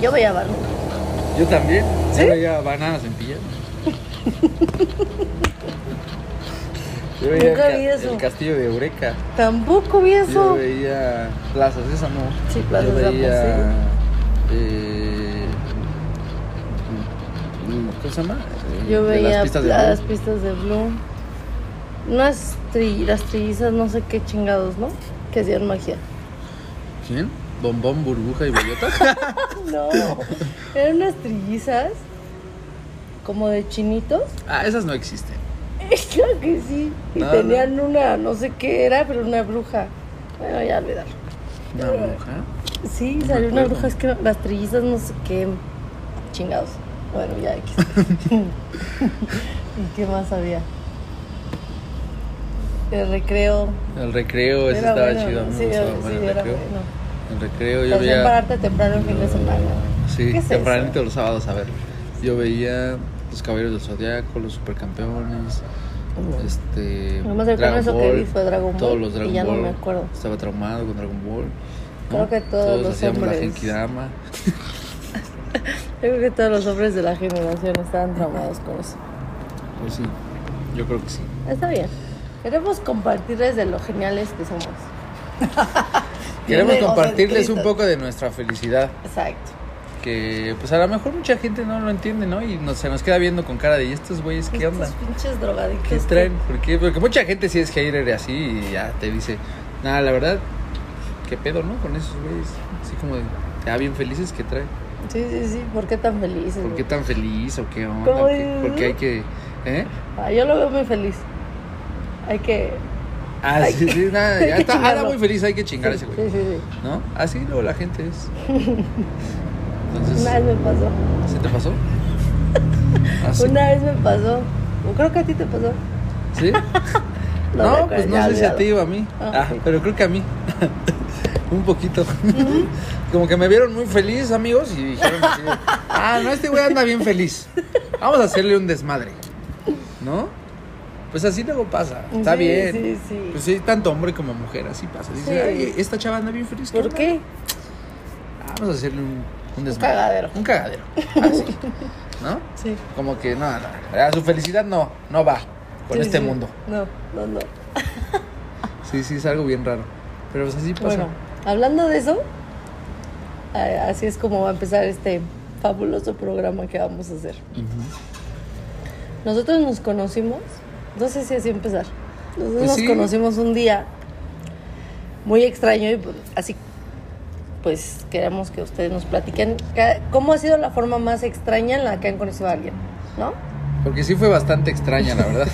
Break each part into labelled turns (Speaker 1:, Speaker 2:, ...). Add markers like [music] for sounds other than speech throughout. Speaker 1: Yo voy a Barnum.
Speaker 2: Yo también. Se veía bananas en pijama. Yo veía
Speaker 1: Nunca
Speaker 2: el,
Speaker 1: vi
Speaker 2: ca-
Speaker 1: eso.
Speaker 2: el castillo de Eureka.
Speaker 1: Tampoco vi
Speaker 2: Yo
Speaker 1: eso.
Speaker 2: veía plazas de Sésamo.
Speaker 1: Sí, Plaza
Speaker 2: Yo
Speaker 1: Sésamo,
Speaker 2: veía. eh, mm, ¿Cómo se llama? Eh,
Speaker 1: Yo
Speaker 2: de
Speaker 1: veía
Speaker 2: las pistas de
Speaker 1: las
Speaker 2: Blue.
Speaker 1: pistas de Blue. Unas tri- las trillizas, no sé qué chingados, ¿no? Que hacían magia.
Speaker 2: ¿Quién? Bombón, burbuja y bellota.
Speaker 1: No, [laughs] eran unas trillizas como de chinitos. [laughs]
Speaker 2: ah, esas no existen.
Speaker 1: Claro que sí. Y
Speaker 2: No,
Speaker 1: tenían una, no sé qué era, pero una bruja. Bueno, ya olvidarlo.
Speaker 2: Una bruja.
Speaker 1: Sí,
Speaker 2: No me
Speaker 1: salió una
Speaker 2: acuerdo.
Speaker 1: bruja, es que las trillizas, no sé qué. Chingados. Bueno, ya X. [laughs] ¿Y qué más había? El recreo.
Speaker 2: El recreo, Oh, ese estaba
Speaker 1: bueno,
Speaker 2: chido. a mí me
Speaker 1: Sí,
Speaker 2: gustaba,
Speaker 1: sí,
Speaker 2: bueno, el
Speaker 1: era
Speaker 2: recreo.
Speaker 1: bueno.
Speaker 2: El recreo yo
Speaker 1: Hacían
Speaker 2: veía.
Speaker 1: pararte temprano el fin de semana.
Speaker 2: Sí,
Speaker 1: ¿Qué es
Speaker 2: tempranito
Speaker 1: eso?
Speaker 2: los sábados, a ver. Yo veía los Caballeros del Zodiaco, los Supercampeones, este.
Speaker 1: Lo más cercano a eso que vi fue Dragon Ball,
Speaker 2: Todos los Dragon
Speaker 1: y ya no
Speaker 2: Ball.
Speaker 1: me acuerdo.
Speaker 2: Estaba traumado con Dragon Ball.
Speaker 1: Creo que todos los
Speaker 2: hacíamos
Speaker 1: hombres.
Speaker 2: la Genkidama.
Speaker 1: Yo creo que todos los hombres de la generación estaban traumados con eso.
Speaker 2: Pues sí, yo creo que sí.
Speaker 1: Está bien. Queremos compartirles de lo geniales que somos.
Speaker 2: [laughs] Queremos
Speaker 1: Bien
Speaker 2: compartirles un
Speaker 1: egocéntricos.
Speaker 2: poco de nuestra felicidad.
Speaker 1: Exacto.
Speaker 2: Que pues a lo mejor mucha gente no lo entiende, ¿no? Y nos- se nos queda viendo con cara de, ¿y estos güeyes qué onda?
Speaker 1: Estos pinches
Speaker 2: ¿Qué
Speaker 1: drogadictos. que-
Speaker 2: traen? ¿Por qué? Porque mucha gente sí es hater así y ya te dice, nada, la verdad, qué pedo, ¿no? Con esos güeyes, así como de, ya bien felices que traen.
Speaker 1: Sí, sí, sí. ¿Por qué tan felices?
Speaker 2: ¿Por qué tan feliz o qué onda?
Speaker 1: ¿Cómo
Speaker 2: ¿O qué?
Speaker 1: dices?
Speaker 2: Porque hay que, ¿eh?
Speaker 1: Ah, yo lo veo muy feliz. Hay que.
Speaker 2: Ah,
Speaker 1: Hay
Speaker 2: sí,
Speaker 1: que-
Speaker 2: sí, nada,
Speaker 1: [laughs] hay
Speaker 2: ya
Speaker 1: que
Speaker 2: está, ah, era
Speaker 1: chingarlo.
Speaker 2: muy feliz, hay que chingar a
Speaker 1: sí, sí,
Speaker 2: ese güey,
Speaker 1: sí.
Speaker 2: ¿no? Así luego la gente
Speaker 1: [laughs]
Speaker 2: es.
Speaker 1: Una
Speaker 2: Entonces,
Speaker 1: vez me pasó.
Speaker 2: ¿se
Speaker 1: [laughs]
Speaker 2: te pasó? Ah, sí.
Speaker 1: Una vez me pasó. O creo que a ti te pasó.
Speaker 2: ¿Sí?
Speaker 1: No
Speaker 2: No,
Speaker 1: me acuerdo,
Speaker 2: pues no
Speaker 1: ya
Speaker 2: sé si a
Speaker 1: olvidado.
Speaker 2: ti o a mí.
Speaker 1: Ah,
Speaker 2: Ah,
Speaker 1: ok.
Speaker 2: pero creo que a mí. [laughs] Un poquito. Como que me vieron muy feliz, amigos, y dijeron así, de, ah, no, este güey anda bien feliz. Vamos a hacerle un desmadre. ¿No? Pues así luego pasa. Está
Speaker 1: Sí,
Speaker 2: bien.
Speaker 1: sí, sí.
Speaker 2: Pues sí, tanto hombre como mujer, así pasa. Dice,
Speaker 1: Sí.
Speaker 2: "Ay, esta chava anda bien feliz.
Speaker 1: ¿Por
Speaker 2: onda?
Speaker 1: qué?
Speaker 2: Ah, Vamos a hacerle un, un desmadre.
Speaker 1: cagadero.
Speaker 2: Un cagadero. Así. ¿No?
Speaker 1: Sí.
Speaker 2: Como que no, no. A su felicidad no, no va con
Speaker 1: Sí,
Speaker 2: este
Speaker 1: sí.
Speaker 2: mundo.
Speaker 1: No, no, no.
Speaker 2: Sí, sí, es algo bien raro. Pero pues así pasa.
Speaker 1: Bueno, hablando de eso, a- así es como va a empezar este fabuloso programa que vamos a hacer. Nosotros nos conocimos, no sé si así empezar. Nosotros
Speaker 2: Pues
Speaker 1: nos
Speaker 2: sí.
Speaker 1: conocimos un día muy extraño y pues, así, pues queremos que ustedes nos platiquen ca- cómo ha sido la forma más extraña en la que han conocido a alguien, ¿no?
Speaker 2: Porque sí fue bastante extraña,
Speaker 1: [laughs]
Speaker 2: la verdad.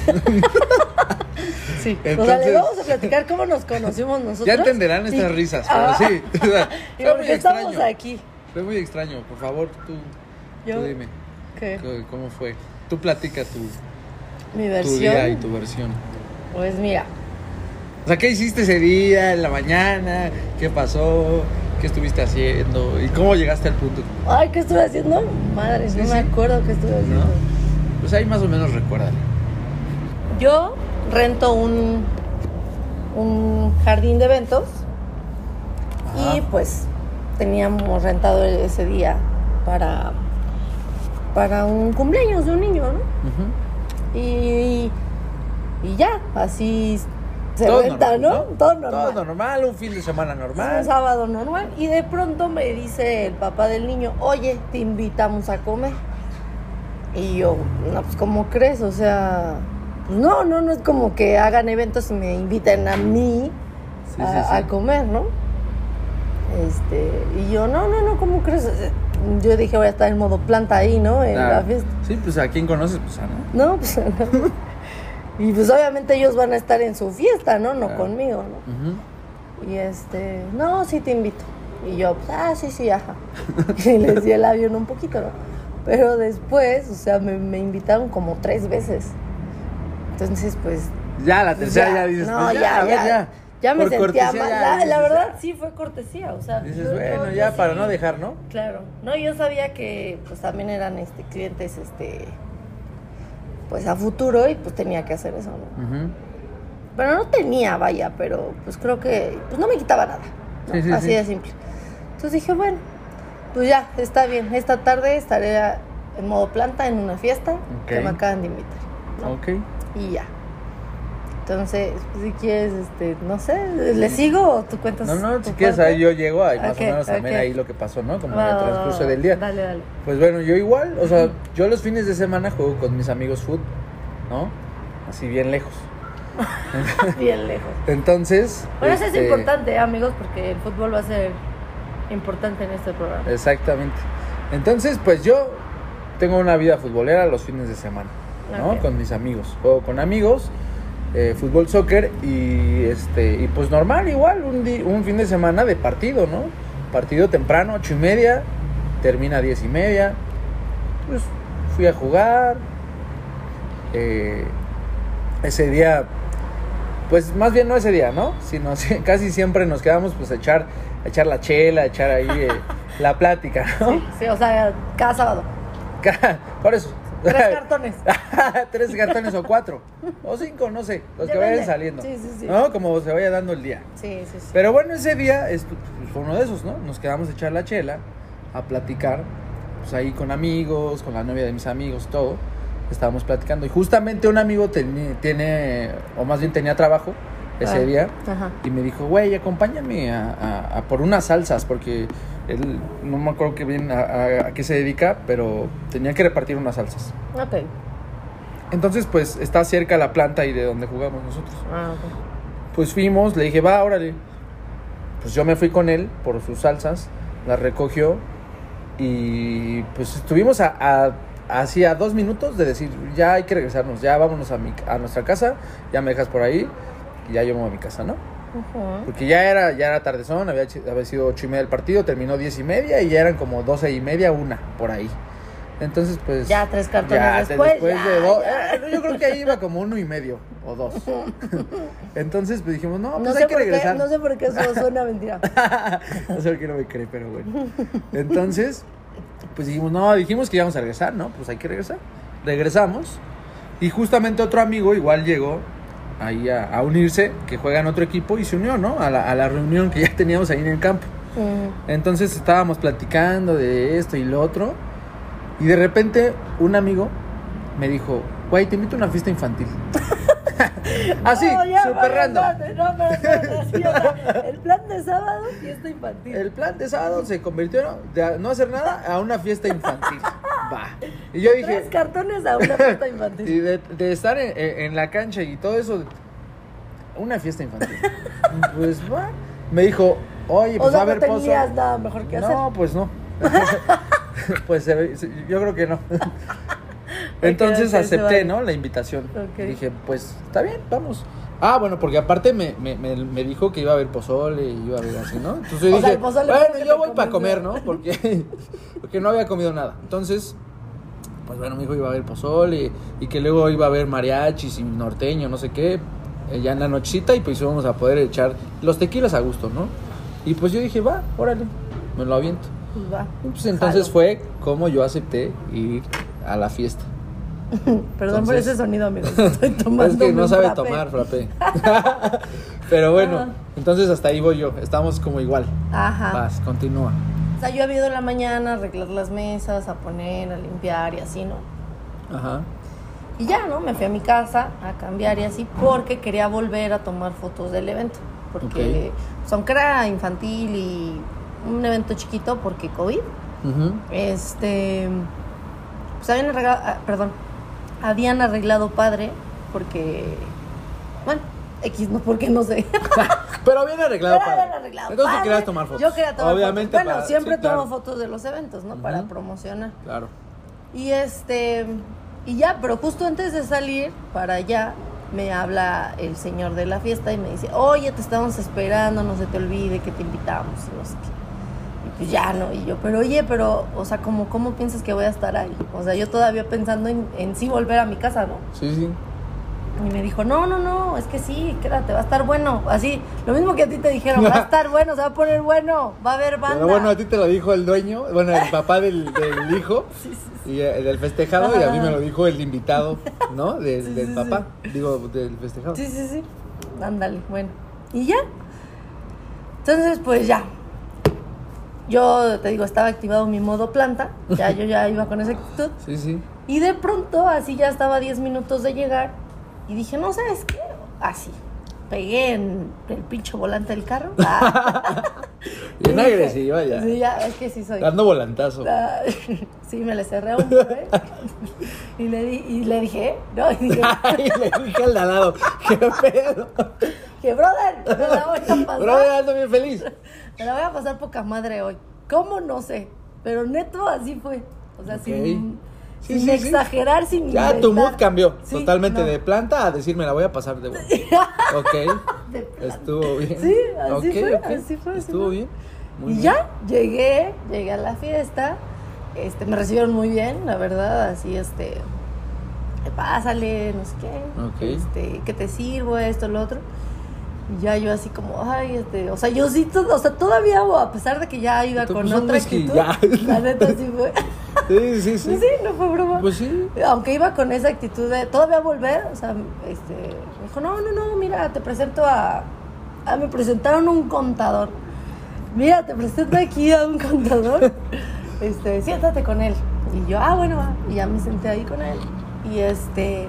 Speaker 1: Sí. o sea,
Speaker 2: Entonces-
Speaker 1: les vamos a platicar cómo nos conocimos nosotros.
Speaker 2: [laughs] ya entenderán estas
Speaker 1: Y-
Speaker 2: risas,
Speaker 1: Ah.
Speaker 2: pero sí. o
Speaker 1: [laughs]
Speaker 2: sea,
Speaker 1: ¿Y
Speaker 2: fue
Speaker 1: por
Speaker 2: muy
Speaker 1: qué estamos
Speaker 2: extraño.
Speaker 1: aquí?
Speaker 2: Fue muy extraño. Por favor, tú,
Speaker 1: Yo-
Speaker 2: tú dime
Speaker 1: ¿Qué?
Speaker 2: co- cómo fue. Tú platica tu,
Speaker 1: Mi
Speaker 2: tu día y
Speaker 1: versión.
Speaker 2: tu versión.
Speaker 1: Pues mira,
Speaker 2: O sea, ¿qué hiciste ese día, en la mañana? ¿Qué pasó? ¿Qué estuviste haciendo? ¿Y cómo llegaste al punto?
Speaker 1: ay, ¿qué estuve haciendo? Madre,
Speaker 2: Sí,
Speaker 1: no me
Speaker 2: sí.
Speaker 1: acuerdo qué estuve haciendo.
Speaker 2: ¿No? Pues ahí más o menos recuérdale.
Speaker 1: Yo rento un, un jardín de eventos y
Speaker 2: Ajá.
Speaker 1: pues teníamos rentado ese día para, para un cumpleaños de un niño, ¿no?
Speaker 2: Ujú.
Speaker 1: Y, y ya, así se
Speaker 2: Todo
Speaker 1: renta,
Speaker 2: normal,
Speaker 1: ¿no? Todo normal.
Speaker 2: Todo normal, un fin de semana
Speaker 1: un
Speaker 2: normal.
Speaker 1: sábado normal y de pronto me dice el papá del niño, oye, te invitamos a comer. Y yo, no, pues ¿cómo crees? O sea, pues no, no, no es como que hagan eventos y me inviten a mí
Speaker 2: Sí,
Speaker 1: a,
Speaker 2: sí, sí.
Speaker 1: a comer, ¿no? Este, y yo, no, no, no, ¿cómo crees? Yo dije, voy a estar en modo planta ahí, ¿no? En la
Speaker 2: Claro.
Speaker 1: fiesta.
Speaker 2: Sí, pues a quién conoces, pues a no.
Speaker 1: No, pues [laughs] no. Y pues obviamente ellos van a estar en su fiesta, ¿no? No
Speaker 2: Claro.
Speaker 1: conmigo, ¿no?
Speaker 2: Ujú.
Speaker 1: Y este, no, sí te invito. Y yo, pues, ah, sí, sí, ajá. [laughs] Y les di el avión un poquito, ¿no? Pero después, o sea, me, me invitaron como tres veces. Entonces, pues.
Speaker 2: Ya, la tercera ya,
Speaker 1: ya,
Speaker 2: dices.
Speaker 1: No,
Speaker 2: pues,
Speaker 1: ya,
Speaker 2: a
Speaker 1: ya,
Speaker 2: ver,
Speaker 1: ya. me
Speaker 2: Por
Speaker 1: sentía
Speaker 2: cortesía
Speaker 1: mal.
Speaker 2: ya
Speaker 1: La,
Speaker 2: dices,
Speaker 1: la verdad, sí fue cortesía, o sea.
Speaker 2: Dices,
Speaker 1: yo- yo-
Speaker 2: bueno,
Speaker 1: yo
Speaker 2: ya
Speaker 1: sí-
Speaker 2: para no dejar, ¿no?
Speaker 1: Claro. No, yo sabía que, pues, también eran este, clientes, este. Pues a futuro y pues tenía que hacer eso, ¿no?
Speaker 2: Ujú.
Speaker 1: Pero no tenía, vaya, pero pues creo que pues no me quitaba nada. ¿no?
Speaker 2: Sí, sí,
Speaker 1: Así
Speaker 2: sí.
Speaker 1: de simple. Entonces dije, bueno, pues ya, está bien. Esta tarde estaré a- en modo planta en una fiesta que
Speaker 2: Ok.
Speaker 1: me acaban de invitar. ¿no?
Speaker 2: Ok.
Speaker 1: Y ya. Entonces, si quieres, este, no sé, ¿le sigo o tú cuentas?
Speaker 2: No, no, si
Speaker 1: tu
Speaker 2: quieres,
Speaker 1: parte?
Speaker 2: ahí yo llego ahí más
Speaker 1: Ok,
Speaker 2: o menos también
Speaker 1: ok. Ah,
Speaker 2: ahí lo que pasó, ¿no? Como
Speaker 1: Va,
Speaker 2: en el
Speaker 1: va, va,
Speaker 2: transcurso
Speaker 1: va.
Speaker 2: del día.
Speaker 1: Dale, dale. [laughs]
Speaker 2: Pues bueno, yo igual, o sea, yo los fines de semana juego con mis amigos foot, ¿no? Así bien lejos.
Speaker 1: Bien lejos.
Speaker 2: Entonces.
Speaker 1: Bueno, eso es
Speaker 2: este,
Speaker 1: importante, amigos, porque el fútbol va a ser importante en este programa.
Speaker 2: Exactamente. Entonces, pues yo tengo una vida futbolera los fines de semana, ¿no?
Speaker 1: Ok.
Speaker 2: Con mis amigos. Juego con amigos, eh, fútbol, soccer y este y pues normal igual un di- un fin de semana de partido, ¿no? Partido temprano, ocho y media, termina diez y media. Pues fui a jugar. eh, ese día pues más bien no ese día, ¿no? Sino [laughs] sí, casi siempre nos quedamos pues a echar, a echar la chela, a echar ahí
Speaker 1: [laughs]
Speaker 2: eh, la plática, ¿no?
Speaker 1: Sí, o sea, cada sábado.
Speaker 2: Ca- Por eso.
Speaker 1: Tres
Speaker 2: [laughs]
Speaker 1: cartones.
Speaker 2: Tres cartones o cuatro. O cinco, no sé. Los que
Speaker 1: Depende.
Speaker 2: vayan saliendo.
Speaker 1: Sí, sí, sí.
Speaker 2: ¿No? Como se vaya dando el día.
Speaker 1: Sí, sí, sí.
Speaker 2: Pero bueno, ese día es, pues, fue uno de esos, ¿no? Nos quedamos a echar la chela, a platicar, pues ahí con amigos, con la novia de mis amigos, todo. Estábamos platicando. Y justamente un amigo teni- tiene, o más bien tenía trabajo ese
Speaker 1: Ah,
Speaker 2: día.
Speaker 1: Ajá.
Speaker 2: Y me dijo, güey, acompáñame a, a- a por unas salsas, porque él, no me acuerdo qué bien a, a- a qué se dedica, pero tenía que repartir unas salsas.
Speaker 1: Ok.
Speaker 2: Entonces, pues, está cerca la planta y de donde jugamos nosotros.
Speaker 1: Ah, ok.
Speaker 2: Pues fuimos, le dije, va, órale. Pues yo me fui con él por sus salsas, las recogió y pues estuvimos a, a- así a dos minutos de decir, ya hay que regresarnos, ya vámonos a, mi, a nuestra casa, ya me dejas por ahí y ya yo me voy a mi casa, ¿no?
Speaker 1: Ujú.
Speaker 2: Porque ya era, ya era tardezón, había, chi- había sido ocho y media el partido, terminó diez y media y ya eran como doce y media, una, por ahí. Entonces, pues.
Speaker 1: Ya tres cartones
Speaker 2: ya,
Speaker 1: después, ya,
Speaker 2: de dos.
Speaker 1: ya.
Speaker 2: eh, yo creo que ahí iba como uno y medio o
Speaker 1: [laughs]
Speaker 2: dos. Entonces, pues dijimos, no, pues
Speaker 1: No
Speaker 2: hay
Speaker 1: sé,
Speaker 2: que
Speaker 1: por qué,
Speaker 2: regresar.
Speaker 1: no sé por qué eso suena
Speaker 2: [laughs]
Speaker 1: mentira.
Speaker 2: No sé por qué no me cree, pero bueno. Entonces, pues dijimos, no, dijimos que íbamos a regresar, ¿no? Pues hay que regresar. Regresamos. Y justamente otro amigo igual llegó ahí a, a unirse, que juega en otro equipo y se unió, ¿no? A la, a la reunión que ya teníamos ahí en el campo.
Speaker 1: Mm.
Speaker 2: Entonces estábamos platicando de esto y lo otro. Y de repente un amigo me dijo, güey, te invito a una fiesta infantil. [laughs] Así,
Speaker 1: No, Oh, ya,
Speaker 2: Ah, súper
Speaker 1: vale,
Speaker 2: random.
Speaker 1: espérate, No, pero
Speaker 2: [laughs]
Speaker 1: espérate, así, o sea, el plan de sábado, fiesta infantil.
Speaker 2: El plan de sábado se convirtió de no hacer nada a una
Speaker 1: [laughs]
Speaker 2: fiesta infantil. Va. Y yo
Speaker 1: Tres
Speaker 2: dije,
Speaker 1: cartones a una fiesta infantil.
Speaker 2: y de, de estar en, en- en la cancha y todo eso, una fiesta
Speaker 1: [laughs]
Speaker 2: infantil. pues va. Me dijo, oye,
Speaker 1: o
Speaker 2: pues va
Speaker 1: sea,
Speaker 2: a
Speaker 1: no
Speaker 2: haber pozo.
Speaker 1: tenías nada mejor que hacer.
Speaker 2: No,
Speaker 1: [laughs]
Speaker 2: pues no. [laughs] pues se ve- se- yo creo que no. [laughs] Entonces
Speaker 1: ok, se
Speaker 2: acepté,
Speaker 1: vale.
Speaker 2: ¿no? La invitación.
Speaker 1: Ok.
Speaker 2: Y Dije, pues está bien, vamos. Ah, bueno, porque aparte me, me, me- me dijo que iba a haber pozole y iba a haber así, ¿no? Entonces
Speaker 1: O
Speaker 2: dije,
Speaker 1: sea, el pozole fue lo
Speaker 2: bueno,
Speaker 1: que
Speaker 2: yo
Speaker 1: te
Speaker 2: voy para comer,
Speaker 1: convenció.
Speaker 2: ¿no? Porque, [laughs] porque no había comido nada. Entonces, pues bueno, me dijo que iba a haber pozole y que luego iba a haber mariachis y norteño, no sé qué, eh, ya en la nochecita y pues íbamos a poder echar los tequilas a gusto, ¿no? Y pues yo dije, va, órale, me lo aviento.
Speaker 1: Pues va.
Speaker 2: Y, Pues entonces
Speaker 1: Jalo.
Speaker 2: fue como yo acepté ir a la fiesta.
Speaker 1: Perdón por
Speaker 2: entonces-
Speaker 1: ese sonido,
Speaker 2: [laughs]
Speaker 1: amigos. Estoy tomando.
Speaker 2: es que no
Speaker 1: un
Speaker 2: sabe
Speaker 1: frappé.
Speaker 2: tomar, frappé. [laughs] Pero bueno,
Speaker 1: Ah.
Speaker 2: entonces hasta ahí voy yo, estamos como igual.
Speaker 1: Ajá.
Speaker 2: Vas, continúa.
Speaker 1: O sea, yo había ido en la mañana a arreglar las mesas, a poner, a limpiar y así, ¿no?
Speaker 2: Ajá.
Speaker 1: Y ya, ¿no? Me fui a mi casa a cambiar y así porque quería volver a tomar fotos del evento. Porque, son aunque era infantil y un evento chiquito porque COVID,
Speaker 2: Ujú.
Speaker 1: este. Pues habían arreglado. ah, Perdón. Habían arreglado padre porque. Bueno, X, no, porque no sé.
Speaker 2: Pero bien arreglado,
Speaker 1: Pero [laughs]
Speaker 2: padre.
Speaker 1: habían arreglado
Speaker 2: entonces tú
Speaker 1: padre.
Speaker 2: querías tomar fotos.
Speaker 1: Yo quería tomar
Speaker 2: Obviamente,
Speaker 1: fotos. Bueno,
Speaker 2: para-
Speaker 1: siempre
Speaker 2: sí,
Speaker 1: tomo
Speaker 2: claro,
Speaker 1: fotos de los eventos, ¿no? Para promocionar.
Speaker 2: Claro.
Speaker 1: Y este, y ya, pero justo antes de salir para allá, me habla el señor de la fiesta y me dice, oye, te estamos esperando, no se te olvide que te invitamos, y no sé qué. Y pues ya, ¿no? Y yo, pero oye, pero, o sea, como, ¿cómo piensas que voy a estar ahí? O sea, yo todavía pensando en, en sí volver a mi casa, ¿no?
Speaker 2: Sí, sí.
Speaker 1: Y me dijo, no, no, no, es que sí, quédate, va a estar bueno. Así, lo mismo que a ti te
Speaker 2: [laughs]
Speaker 1: dijeron, va a estar bueno, se va a poner bueno, va a haber banda.
Speaker 2: Pero bueno, a ti te lo dijo el dueño, bueno, el papá del, del
Speaker 1: [laughs]
Speaker 2: hijo y eh, del festejado, y a mí me lo dijo el invitado,
Speaker 1: [laughs]
Speaker 2: ¿no? Del, del papá, digo, del festejado.
Speaker 1: Sí, sí, sí. Ándale, bueno. ¿Y ya? Entonces, pues ya. yo te digo, estaba activado mi modo planta, ya yo ya iba con esa actitud.
Speaker 2: Sí, sí.
Speaker 1: Y de pronto, así ya estaba a 10 minutos de llegar, y dije, no sabes qué, así. Pegué en el pinche volante del carro. Ah.
Speaker 2: Bien agresiva ya.
Speaker 1: Sí, ya, es que sí soy.
Speaker 2: Dando volantazo.
Speaker 1: Ah, [laughs] sí, me le cerré un bebé. [laughs] y, le di- y le dije, ¿eh? no, y dije,
Speaker 2: [laughs] Ay, le dije al de al lado. [laughs] Qué pedo.
Speaker 1: que brother, me la voy a pasar.
Speaker 2: Bro, ando bien feliz.
Speaker 1: Me la voy a pasar poca madre hoy. ¿Cómo? No sé. Pero neto, así fue. O sea,
Speaker 2: Ok.
Speaker 1: sin,
Speaker 2: Sí,
Speaker 1: sin
Speaker 2: sí, sí.
Speaker 1: exagerar, sin
Speaker 2: Ya tu mood cambió totalmente de
Speaker 1: de
Speaker 2: planta a decirme la voy a pasar de vuelta.
Speaker 1: [laughs]
Speaker 2: Ok. Estuvo bien.
Speaker 1: Sí, así
Speaker 2: Ok,
Speaker 1: fue,
Speaker 2: ok.
Speaker 1: así fue, así
Speaker 2: Estuvo
Speaker 1: fue.
Speaker 2: bien. Muy
Speaker 1: Y
Speaker 2: bien.
Speaker 1: ya, llegué, llegué a la fiesta. Este, me recibieron muy bien, la verdad, así este "Eh, pásale, no sé qué.
Speaker 2: Ok.
Speaker 1: Este, que te sirvo esto, lo otro. Y ya yo así como, ay, este, o sea, yo sí, to- o sea, todavía a pesar de que ya iba
Speaker 2: Te
Speaker 1: con
Speaker 2: puso un
Speaker 1: otra
Speaker 2: whisky,
Speaker 1: actitud,
Speaker 2: pues, ya.
Speaker 1: la neta sí fue. [laughs]
Speaker 2: Sí, sí, sí.
Speaker 1: Sí, no fue broma.
Speaker 2: Pues sí.
Speaker 1: Aunque iba con esa actitud de todavía volver, o sea, este, me dijo, no, no, no, mira, te presento a, a- me presentaron un contador. Mira, te presento aquí a un contador. Este, siéntate con él. Y yo, ah, bueno, va. y ya me senté ahí con él. Y este,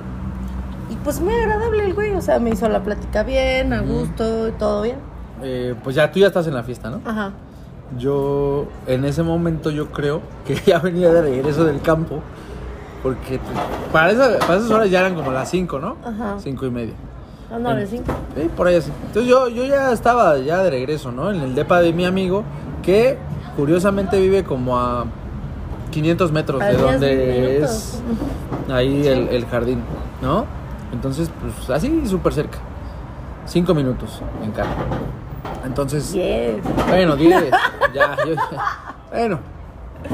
Speaker 1: y pues muy agradable el güey, o sea, me hizo la plática bien, a
Speaker 2: Ujú.
Speaker 1: gusto, y todo bien.
Speaker 2: Eh, pues ya tú ya estás en la fiesta, ¿no?
Speaker 1: Ajá.
Speaker 2: Yo en ese momento yo creo que [laughs] ya venía de regreso del campo. Porque para, esa- para esas horas ya eran como las 5, ¿no?
Speaker 1: Ajá.
Speaker 2: 5 y media.
Speaker 1: No, no, de cinco.
Speaker 2: Sí, por ahí así. Entonces yo, yo ya estaba ya de regreso, ¿no? En el depa de mi amigo, que curiosamente vive como a 500 metros
Speaker 1: A
Speaker 2: de
Speaker 1: 10
Speaker 2: donde
Speaker 1: minutos.
Speaker 2: es ahí el, el jardín, ¿no? Entonces, pues así súper cerca. Cinco minutos en carro. Entonces,
Speaker 1: Yes.
Speaker 2: bueno, 10. ya, yo- Bueno,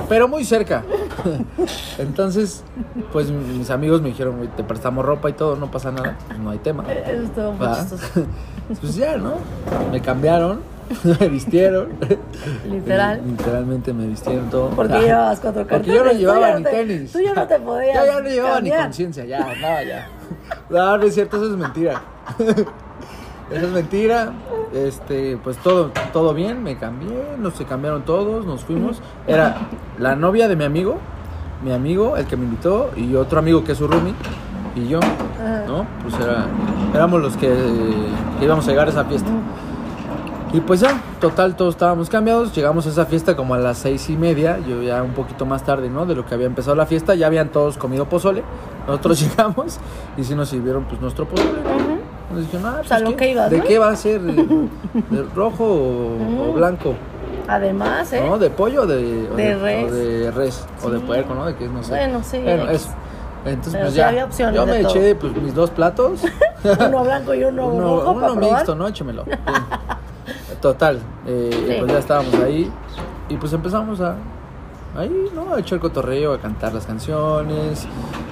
Speaker 2: pero muy cerca. Entonces, pues mis amigos me dijeron, "Güey, te prestamos ropa y todo, no pasa nada, pues, no hay tema.
Speaker 1: Eso estuvo muy
Speaker 2: Va.
Speaker 1: chistoso.
Speaker 2: Pues ya, ¿no? Me cambiaron, [laughs] me vistieron. [laughs]
Speaker 1: Literal.
Speaker 2: Literalmente me vistieron todo.
Speaker 1: Porque
Speaker 2: Ah. [laughs]
Speaker 1: llevabas cuatro
Speaker 2: Porque
Speaker 1: cartones.
Speaker 2: yo no
Speaker 1: Tú ya
Speaker 2: llevaba
Speaker 1: no
Speaker 2: ni
Speaker 1: te-
Speaker 2: tenis.
Speaker 1: Tú ya no te podías.
Speaker 2: [laughs] Yo ya no llevaba ni
Speaker 1: cambiar.
Speaker 2: conciencia, ya, no, ya. [laughs] No, no es cierto, eso es mentira. [laughs] Eso es mentira. Este, pues todo, todo bien, me cambié, nos se cambiaron todos, nos fuimos. Era la novia de mi amigo, mi amigo, el que me invitó, y otro amigo que es su roomie, y yo,
Speaker 1: Ajá.
Speaker 2: ¿no? Pues era, éramos los que, que íbamos a llegar a esa fiesta. Y pues ya, total, todos estábamos cambiados. Llegamos a esa fiesta como a las seis y media. Yo ya un poquito más tarde, ¿no? De lo que había empezado la fiesta. Ya habían todos comido pozole. Nosotros [laughs] llegamos y sí nos sirvieron, pues, nuestro pozole. ¿no? Nos dijeron, ah, pues,
Speaker 1: a lo
Speaker 2: ¿qué?
Speaker 1: que ibas,
Speaker 2: ¿De
Speaker 1: ¿no?
Speaker 2: qué va a ser?
Speaker 1: [laughs]
Speaker 2: ¿De rojo o, o blanco?
Speaker 1: Además, ¿eh?
Speaker 2: ¿No? ¿De pollo o de, o
Speaker 1: De
Speaker 2: o
Speaker 1: res.
Speaker 2: de res? O de
Speaker 1: Sí.
Speaker 2: puerco, ¿no? De que no sé.
Speaker 1: Bueno, sí,
Speaker 2: Bueno,
Speaker 1: X.
Speaker 2: eso. Entonces,
Speaker 1: Pero
Speaker 2: pues
Speaker 1: sí
Speaker 2: ya.
Speaker 1: había opciones
Speaker 2: yo
Speaker 1: de
Speaker 2: me
Speaker 1: todo.
Speaker 2: eché, pues, mis dos
Speaker 1: [laughs]
Speaker 2: platos.
Speaker 1: Uno blanco y uno,
Speaker 2: uno,
Speaker 1: rojo
Speaker 2: uno
Speaker 1: para probar.
Speaker 2: mixto, ¿no? Échemelo. Sí. Total, eh, pues ya estábamos ahí y pues empezamos a ahí, ¿no? A echar cotorreo, a cantar las canciones,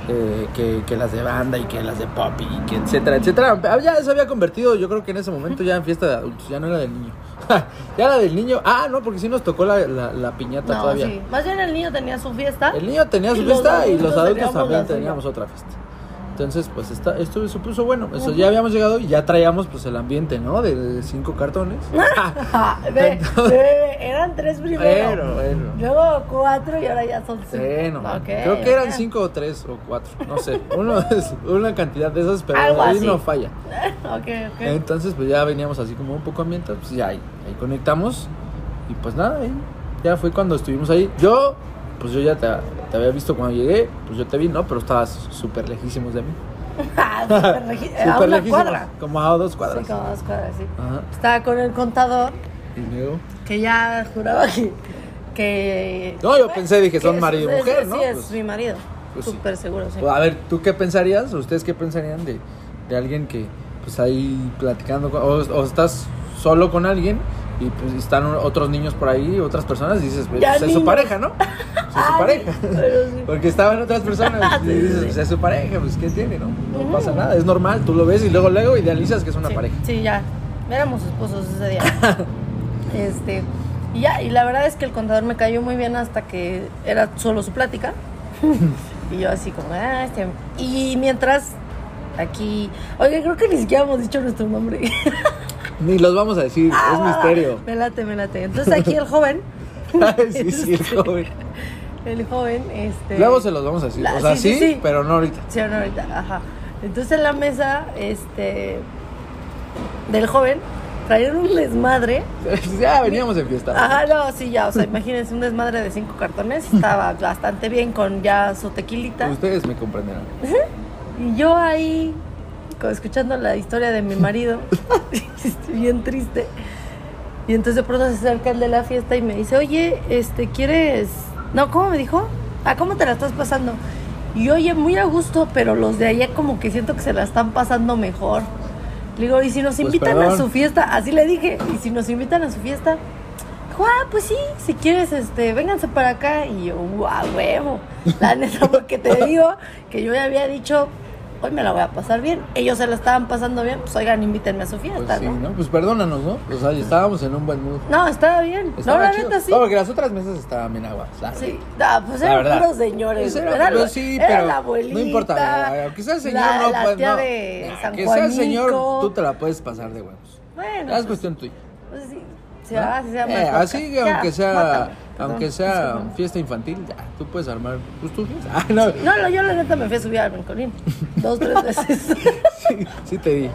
Speaker 2: eh, que, que las de banda y que las de pop y que etcétera, etcétera. Ah, Ya se había convertido, yo creo que en ese momento ya en fiesta de adultos, ya no era del niño. [laughs] ya era del niño. Ah, no, porque sí nos tocó la, la- la piñata
Speaker 1: No,
Speaker 2: todavía.
Speaker 1: sí. Más bien el niño tenía su fiesta. [laughs]
Speaker 2: El niño tenía
Speaker 1: Ah.
Speaker 2: su
Speaker 1: Y los
Speaker 2: fiesta y
Speaker 1: adultos
Speaker 2: los adultos
Speaker 1: teníamos
Speaker 2: también
Speaker 1: la suya.
Speaker 2: teníamos otra fiesta. Entonces, pues está, esto se puso bueno. Eso ya habíamos llegado y ya traíamos pues el ambiente, ¿no? De cinco cartones.
Speaker 1: Ah, Ja,
Speaker 2: [laughs]
Speaker 1: ve,
Speaker 2: Entonces-
Speaker 1: ve, eran tres
Speaker 2: Pero,
Speaker 1: primero.
Speaker 2: bueno.
Speaker 1: Luego cuatro y ahora ya son cinco.
Speaker 2: Bueno,
Speaker 1: Ok,
Speaker 2: creo que eran
Speaker 1: ok.
Speaker 2: cinco o tres o cuatro,
Speaker 1: [laughs]
Speaker 2: no sé. Uno es una cantidad de esas, pero
Speaker 1: Algo
Speaker 2: ahí
Speaker 1: así.
Speaker 2: no falla.
Speaker 1: Ok, ok.
Speaker 2: Entonces, pues ya veníamos así como un poco ambiente, pues ya ahí, ahí conectamos. Y pues nada, ahí ya fue cuando estuvimos ahí. Yo, pues yo ya te, te había visto cuando llegué, pues yo te vi, ¿no? Pero estabas súper lejísimos de mí.
Speaker 1: [laughs] Ah, súper leji-
Speaker 2: [laughs]
Speaker 1: a
Speaker 2: Súper
Speaker 1: una
Speaker 2: lejísimos,
Speaker 1: cuadra.
Speaker 2: Como a dos cuadras.
Speaker 1: Sí, como dos cuadras, sí.
Speaker 2: Ajá.
Speaker 1: Estaba con el contador
Speaker 2: Y luego.
Speaker 1: que ya juraba que. que
Speaker 2: No, yo pensé, dije, son
Speaker 1: que-
Speaker 2: marido y
Speaker 1: sí,
Speaker 2: mujer,
Speaker 1: sí,
Speaker 2: ¿no?
Speaker 1: Sí, es
Speaker 2: Pues-
Speaker 1: mi marido.
Speaker 2: pues sí.
Speaker 1: Súper seguro, sí.
Speaker 2: Pues, a ver, ¿tú qué pensarías? ¿Ustedes qué pensarían de, de alguien que, pues ahí platicando, con- o, o estás solo con alguien y pues están otros niños por ahí, otras personas, y dices, pues,
Speaker 1: Ya
Speaker 2: es su
Speaker 1: niños. [laughs]
Speaker 2: pareja, ¿no? Pues, es su
Speaker 1: Ay,
Speaker 2: pareja.
Speaker 1: [laughs]
Speaker 2: Pues,
Speaker 1: pero sí.
Speaker 2: Porque estaban otras personas
Speaker 1: [laughs]
Speaker 2: y
Speaker 1: Sí, sí,
Speaker 2: dices,
Speaker 1: sí.
Speaker 2: pues es su pareja, pues ¿qué tiene, no? No pasa nada, es normal, tú lo ves y luego, luego idealizas que es una
Speaker 1: sí,
Speaker 2: pareja.
Speaker 1: Sí, ya. Éramos esposos ese
Speaker 2: [laughs]
Speaker 1: día. este. Y ya, y la verdad es que el contador me cayó muy bien hasta que era solo su
Speaker 2: [laughs]
Speaker 1: plática. y yo así como, ah, este. Y mientras aquí. Oye, creo que ni siquiera hemos dicho nuestro nombre. Ah.
Speaker 2: Ni los vamos a decir, es misterio.
Speaker 1: [laughs]
Speaker 2: [laughs]
Speaker 1: me late, me late. Entonces aquí el joven
Speaker 2: Ay, sí, sí, el joven.
Speaker 1: El joven, este.
Speaker 2: Luego se los vamos a decir.
Speaker 1: La-
Speaker 2: O sea,
Speaker 1: sí,
Speaker 2: sí,
Speaker 1: sí, sí.
Speaker 2: pero no ahorita. [laughs]
Speaker 1: Sí, ahora ahorita, ajá. Entonces en la mesa, este. Del joven, traían un desmadre.
Speaker 2: ya veníamos en fiesta.
Speaker 1: Ajá, no, sí, ya, o sea, imagínense un desmadre de cinco cartones. Estaba bastante bien con ya su tequilita.
Speaker 2: Ustedes me comprenderán.
Speaker 1: Y yo ahí, co- escuchando la historia de mi marido, [laughs] estoy bien triste. Y entonces de pronto se acerca el de la fiesta y me dice, oye, este, ¿quieres...? No, ¿cómo me dijo? Ah, ¿cómo te la estás pasando? Y oye, muy a gusto, pero los de allá como que siento que se la están pasando mejor. Le digo, ¿y si nos
Speaker 2: Pues,
Speaker 1: invitan a
Speaker 2: perdón.
Speaker 1: su fiesta? Así le dije, ¿y si nos invitan a su fiesta? Dijo, ah, pues sí, si quieres, este, vénganse para acá. Y yo, guau, huevo. La neta, [laughs] porque te digo que yo ya había dicho, hoy me la voy a pasar bien. Ellos se la estaban pasando bien, pues oigan, invítenme a su fiesta,
Speaker 2: Pues sí,
Speaker 1: ¿no?
Speaker 2: ¿no? Pues perdónanos, ¿no? O sea, estábamos en un buen mood.
Speaker 1: No, estaba bien.
Speaker 2: Estaba
Speaker 1: no, la
Speaker 2: chido.
Speaker 1: neta sí.
Speaker 2: No, porque las otras mesas estaban bien aguas. la
Speaker 1: Sí,
Speaker 2: neta.
Speaker 1: no, pues
Speaker 2: La
Speaker 1: eran
Speaker 2: verdad.
Speaker 1: puros señores.
Speaker 2: Pues era-
Speaker 1: era,
Speaker 2: pero
Speaker 1: la-
Speaker 2: sí,
Speaker 1: era
Speaker 2: pero
Speaker 1: la abuelita.
Speaker 2: no importa, aunque sea el señor,
Speaker 1: la-
Speaker 2: no,
Speaker 1: la
Speaker 2: pues,
Speaker 1: tía
Speaker 2: no.
Speaker 1: de
Speaker 2: Nah,
Speaker 1: San
Speaker 2: que sea el señor,
Speaker 1: Juanico.
Speaker 2: tú te la puedes pasar de huevos.
Speaker 1: Bueno,
Speaker 2: Ya es
Speaker 1: pues,
Speaker 2: cuestión tuya.
Speaker 1: pues sí, se
Speaker 2: ¿no?
Speaker 1: va, se llama
Speaker 2: Eh,
Speaker 1: el podcast.
Speaker 2: así que
Speaker 1: Ya,
Speaker 2: aunque sea,
Speaker 1: mátame, perdón,
Speaker 2: aunque sea
Speaker 1: discúlpame.
Speaker 2: fiesta infantil, ya, tú puedes armar pues, tu fiesta. [laughs] Ah, no,
Speaker 1: No, no, yo la neta me fui a subir al brincolín. Dos,
Speaker 2: [laughs]
Speaker 1: tres veces.
Speaker 2: sí, sí te di.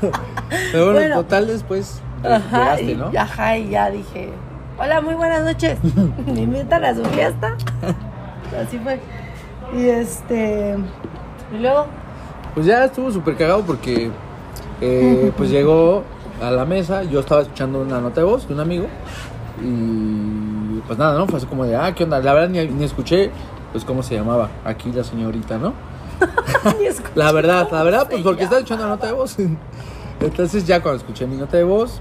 Speaker 2: Pero bueno,
Speaker 1: Bueno.
Speaker 2: total después
Speaker 1: Ajá,
Speaker 2: llegaste,
Speaker 1: y,
Speaker 2: ¿no?
Speaker 1: ajá, y ya dije, hola, muy buenas
Speaker 2: [laughs]
Speaker 1: noches. Me invitan a su fiesta. Así fue. Y este. Y luego, [laughs]
Speaker 2: Pues ya estuvo súper cagado porque eh, pues llegó a la mesa, yo estaba escuchando una nota de voz de un amigo y pues nada, ¿no? Fue así como de, ah, ¿qué onda? La verdad ni, ni escuché, pues cómo se llamaba aquí la señorita, ¿no?
Speaker 1: ni escu-
Speaker 2: La verdad, la verdad, pues
Speaker 1: se
Speaker 2: porque estaba escuchando la nota de voz. [laughs] Entonces ya cuando escuché mi nota de voz,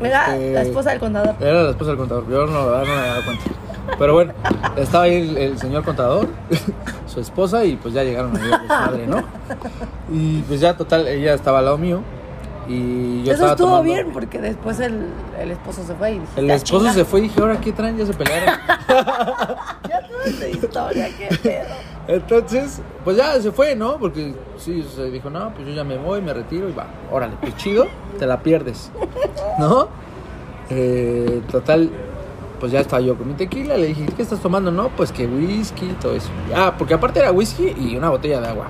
Speaker 1: Era
Speaker 2: este,
Speaker 1: la esposa del contador.
Speaker 2: era la esposa del contador, yo no, la verdad, no me daba cuenta. Pero bueno, estaba ahí el, el señor contador, [laughs] su esposa, y pues ya llegaron ahí a los padres, ¿no? Y pues ya, total, ella estaba al lado mío. Y yo
Speaker 1: Eso
Speaker 2: estaba
Speaker 1: estuvo
Speaker 2: tomando-
Speaker 1: bien porque después el, el esposo se fue y dije,
Speaker 2: El esposo se fue y dije, ¿ahora qué traen? Ya se pelearon.
Speaker 1: Ya toda [laughs] esta historia, qué pedo.
Speaker 2: Entonces, pues ya se fue, ¿no? Porque sí, se dijo, no, pues yo ya me voy, me retiro y va. Órale, pues chido, te la pierdes, ¿no? Eh, total, pues ya estaba yo con mi tequila, le dije, ¿qué estás tomando? No, pues que whisky, todo eso. Ah, porque aparte era whisky y una botella de agua,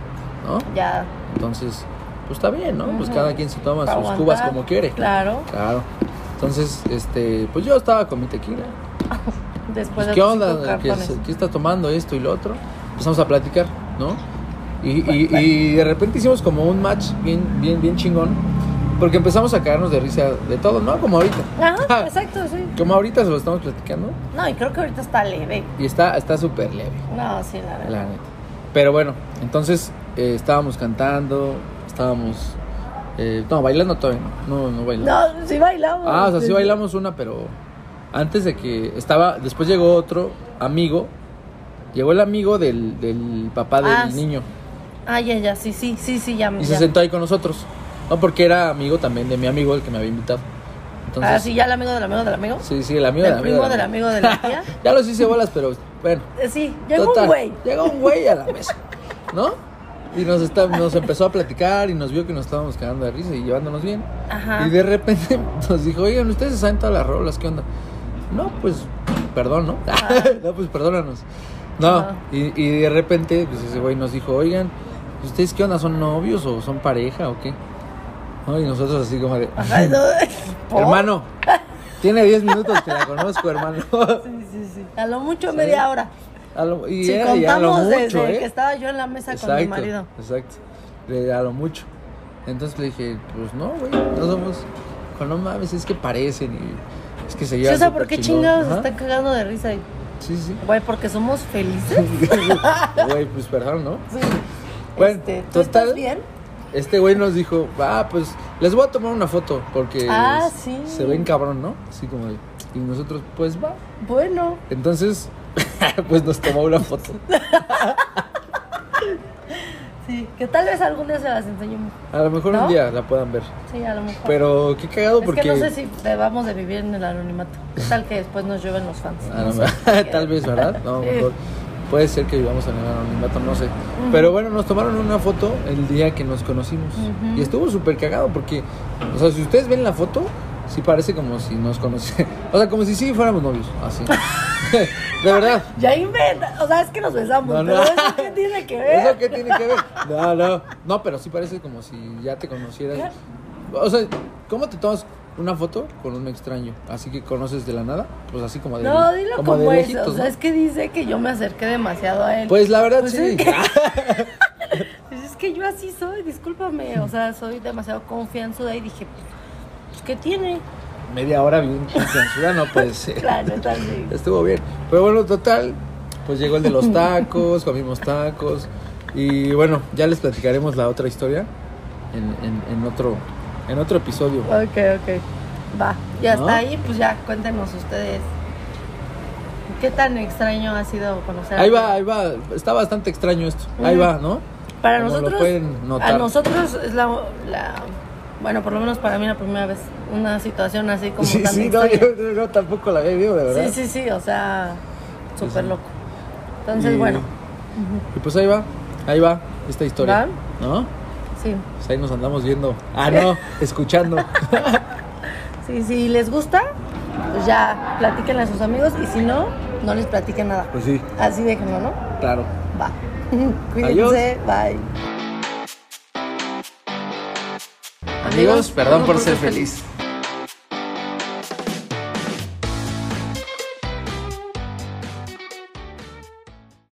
Speaker 2: ¿no?
Speaker 1: Ya.
Speaker 2: Entonces, pues está bien, ¿no? Pues
Speaker 1: Ujú.
Speaker 2: cada quien se toma sus
Speaker 1: para
Speaker 2: cubas
Speaker 1: aguantar.
Speaker 2: como quiere.
Speaker 1: Claro.
Speaker 2: Claro. Entonces, este, pues yo estaba con mi tequila.
Speaker 1: Después
Speaker 2: Pues,
Speaker 1: de
Speaker 2: ¿Qué
Speaker 1: los cinco
Speaker 2: onda? ¿Qué,
Speaker 1: cartones.
Speaker 2: qué está tomando esto y lo otro? Empezamos a platicar, ¿no? Y, y- y de repente hicimos como un match bien, bien, bien chingón, porque empezamos a cagarnos de risa de todo, ¿no? Como ahorita. Ah.
Speaker 1: Ajá, exacto, sí.
Speaker 2: Como ahorita se lo estamos platicando
Speaker 1: No, y creo que ahorita está leve.
Speaker 2: y está está súper leve,
Speaker 1: No, sí, la verdad.
Speaker 2: la neta. Pero bueno, entonces eh, estábamos cantando, estábamos... eh, no, bailando todavía, no, no, no bailando.
Speaker 1: No, sí bailamos.
Speaker 2: Ah, o sea, sí bailamos una, pero antes de que estaba, después llegó otro amigo. Llegó el amigo del, del papá del
Speaker 1: Ah, sí.
Speaker 2: niño
Speaker 1: Ah, ya, ya, sí, sí, sí, sí, ya. Ah,
Speaker 2: y
Speaker 1: ya.
Speaker 2: se sentó ahí con nosotros. No, porque era amigo también de mi amigo, el que me había invitado. Entonces,
Speaker 1: ah, sí, ya el amigo del amigo del amigo.
Speaker 2: sí, sí, el amigo
Speaker 1: ¿El
Speaker 2: del amigo.
Speaker 1: primo del amigo de la tía?
Speaker 2: [laughs] ya los hice bolas, pero bueno.
Speaker 1: Eh, Sí, llegó
Speaker 2: Total,
Speaker 1: un güey.
Speaker 2: Llegó un güey a la mesa, ¿no? Y nos, está- nos empezó a platicar y nos vio que nos estábamos cagando de risa y llevándonos bien.
Speaker 1: Ajá.
Speaker 2: Y de repente [laughs] nos dijo, oigan, ustedes se saben todas las rolas, ¿qué onda? No, pues, perdón, ¿no? [laughs] no, pues perdónanos. No,
Speaker 1: Ajá.
Speaker 2: y, y de repente, pues ese güey nos dijo, oigan, ¿ustedes qué onda? ¿Son novios o son pareja o qué? ¿No? Y nosotros así como de,
Speaker 1: Ay, no, ¿por? [laughs]
Speaker 2: [laughs] hermano, tiene 10 minutos que la conozco, hermano. [laughs]
Speaker 1: Sí, sí, sí. A lo mucho
Speaker 2: Sí.
Speaker 1: media hora.
Speaker 2: A lo- y
Speaker 1: si
Speaker 2: era
Speaker 1: contamos
Speaker 2: ya a lo mucho,
Speaker 1: desde
Speaker 2: ¿eh?
Speaker 1: que estaba yo en la mesa con mi marido.
Speaker 2: Exacto. Le a lo mucho. Entonces le dije, pues no, güey, no somos. dijo, No mames, es que parecen y es que se
Speaker 1: Sí,
Speaker 2: llevan.
Speaker 1: o sea,
Speaker 2: súper
Speaker 1: ¿por qué
Speaker 2: chingón".
Speaker 1: chingados
Speaker 2: Ajá.
Speaker 1: están cagando de risa? Y,
Speaker 2: Sí, sí.
Speaker 1: Güey, porque somos felices. [laughs]
Speaker 2: Güey, pues perdón, ¿no?
Speaker 1: Sí.
Speaker 2: Bueno,
Speaker 1: Este, ¿Tú
Speaker 2: total.
Speaker 1: estás bien?
Speaker 2: Este güey nos dijo, ah, pues les voy a tomar una foto porque
Speaker 1: Ah,
Speaker 2: s-
Speaker 1: sí.
Speaker 2: se ven cabrón, ¿no? Así como de, Y nosotros, pues va.
Speaker 1: Bueno.
Speaker 2: Entonces, [laughs] pues nos tomó una foto.
Speaker 1: Sí, que tal vez algún día se las enseñemos.
Speaker 2: A lo mejor
Speaker 1: ¿No?
Speaker 2: un día la puedan ver.
Speaker 1: Sí, a lo mejor.
Speaker 2: Pero qué cagado
Speaker 1: es
Speaker 2: porque.
Speaker 1: que no sé si debamos de vivir en el anonimato. ¿Qué tal que después nos llueven los fans?
Speaker 2: Ah,
Speaker 1: No
Speaker 2: no, [laughs]
Speaker 1: sé. [laughs]
Speaker 2: Tal vez, ¿verdad? No,
Speaker 1: Sí.
Speaker 2: mejor. Puede ser que vivamos en el anonimato, no sé. Pero bueno, nos tomaron una foto el día que nos conocimos.
Speaker 1: Ujú.
Speaker 2: Y estuvo súper cagado porque, o sea, si ustedes ven la foto, sí parece como si nos conociéramos. [laughs] O sea, como si sí fuéramos novios,
Speaker 1: [laughs]
Speaker 2: así. de verdad.
Speaker 1: Ya inventa. O sea, es que nos besamos.
Speaker 2: No, no.
Speaker 1: Pero eso qué tiene que ver.
Speaker 2: ¿Eso qué tiene que ver? No, no. No, pero sí parece como si ya te conocieras. O sea, ¿cómo te tomas una foto con un extraño? Así que conoces de la nada, pues así como de
Speaker 1: No, dilo como,
Speaker 2: de
Speaker 1: eso.
Speaker 2: lejitos,
Speaker 1: o sea,
Speaker 2: ¿no?
Speaker 1: es que dice que yo me acerqué demasiado a él.
Speaker 2: Pues la verdad
Speaker 1: Pues
Speaker 2: sí.
Speaker 1: es que- Pues es que yo así soy, discúlpame. O sea, soy demasiado confianzuda y dije, pues, pues, ¿qué tiene?
Speaker 2: Media hora bien censura, no
Speaker 1: [laughs]
Speaker 2: puede ser.
Speaker 1: Claro, está así.
Speaker 2: Estuvo bien. Pero bueno, total, pues llegó el
Speaker 1: [laughs]
Speaker 2: de los tacos, comimos tacos. Y bueno, ya les platicaremos la otra historia en, en- en otro, en otro episodio.
Speaker 1: Ok, ok. Va. Y hasta
Speaker 2: ¿No?
Speaker 1: ahí, pues ya, cuéntenos ustedes. ¿Qué tan extraño ha sido conocer? a
Speaker 2: Ahí va,
Speaker 1: alguien?
Speaker 2: ahí va. Está bastante extraño esto. Ahí va, ¿no?
Speaker 1: Mm. Para
Speaker 2: Como lo
Speaker 1: nosotros,
Speaker 2: pueden notar.
Speaker 1: a nosotros es la, la- bueno, por lo menos para mí la primera vez, una situación así como
Speaker 2: [laughs] sí,
Speaker 1: tan
Speaker 2: sí, no,
Speaker 1: extraña.
Speaker 2: yo no, tampoco la había vivido, de verdad.
Speaker 1: sí, sí, sí, o sea,
Speaker 2: Sí,
Speaker 1: súper
Speaker 2: sí.
Speaker 1: loco. Entonces,
Speaker 2: Y-
Speaker 1: bueno,
Speaker 2: Y pues ahí va, ahí va esta
Speaker 1: ¿Va?
Speaker 2: historia. ¿No?
Speaker 1: sí,
Speaker 2: Pues ahí nos andamos viendo.
Speaker 1: [laughs]
Speaker 2: Ah, no, escuchando.
Speaker 1: sí, sí, les gusta, pues ya platiquen a sus amigos y si no, no les platiquen nada.
Speaker 2: Pues sí,
Speaker 1: Así déjenlo, ¿no?
Speaker 2: claro.
Speaker 1: Va. [laughs] Cuídense, bye.
Speaker 2: Amigos, perdón por ser feliz.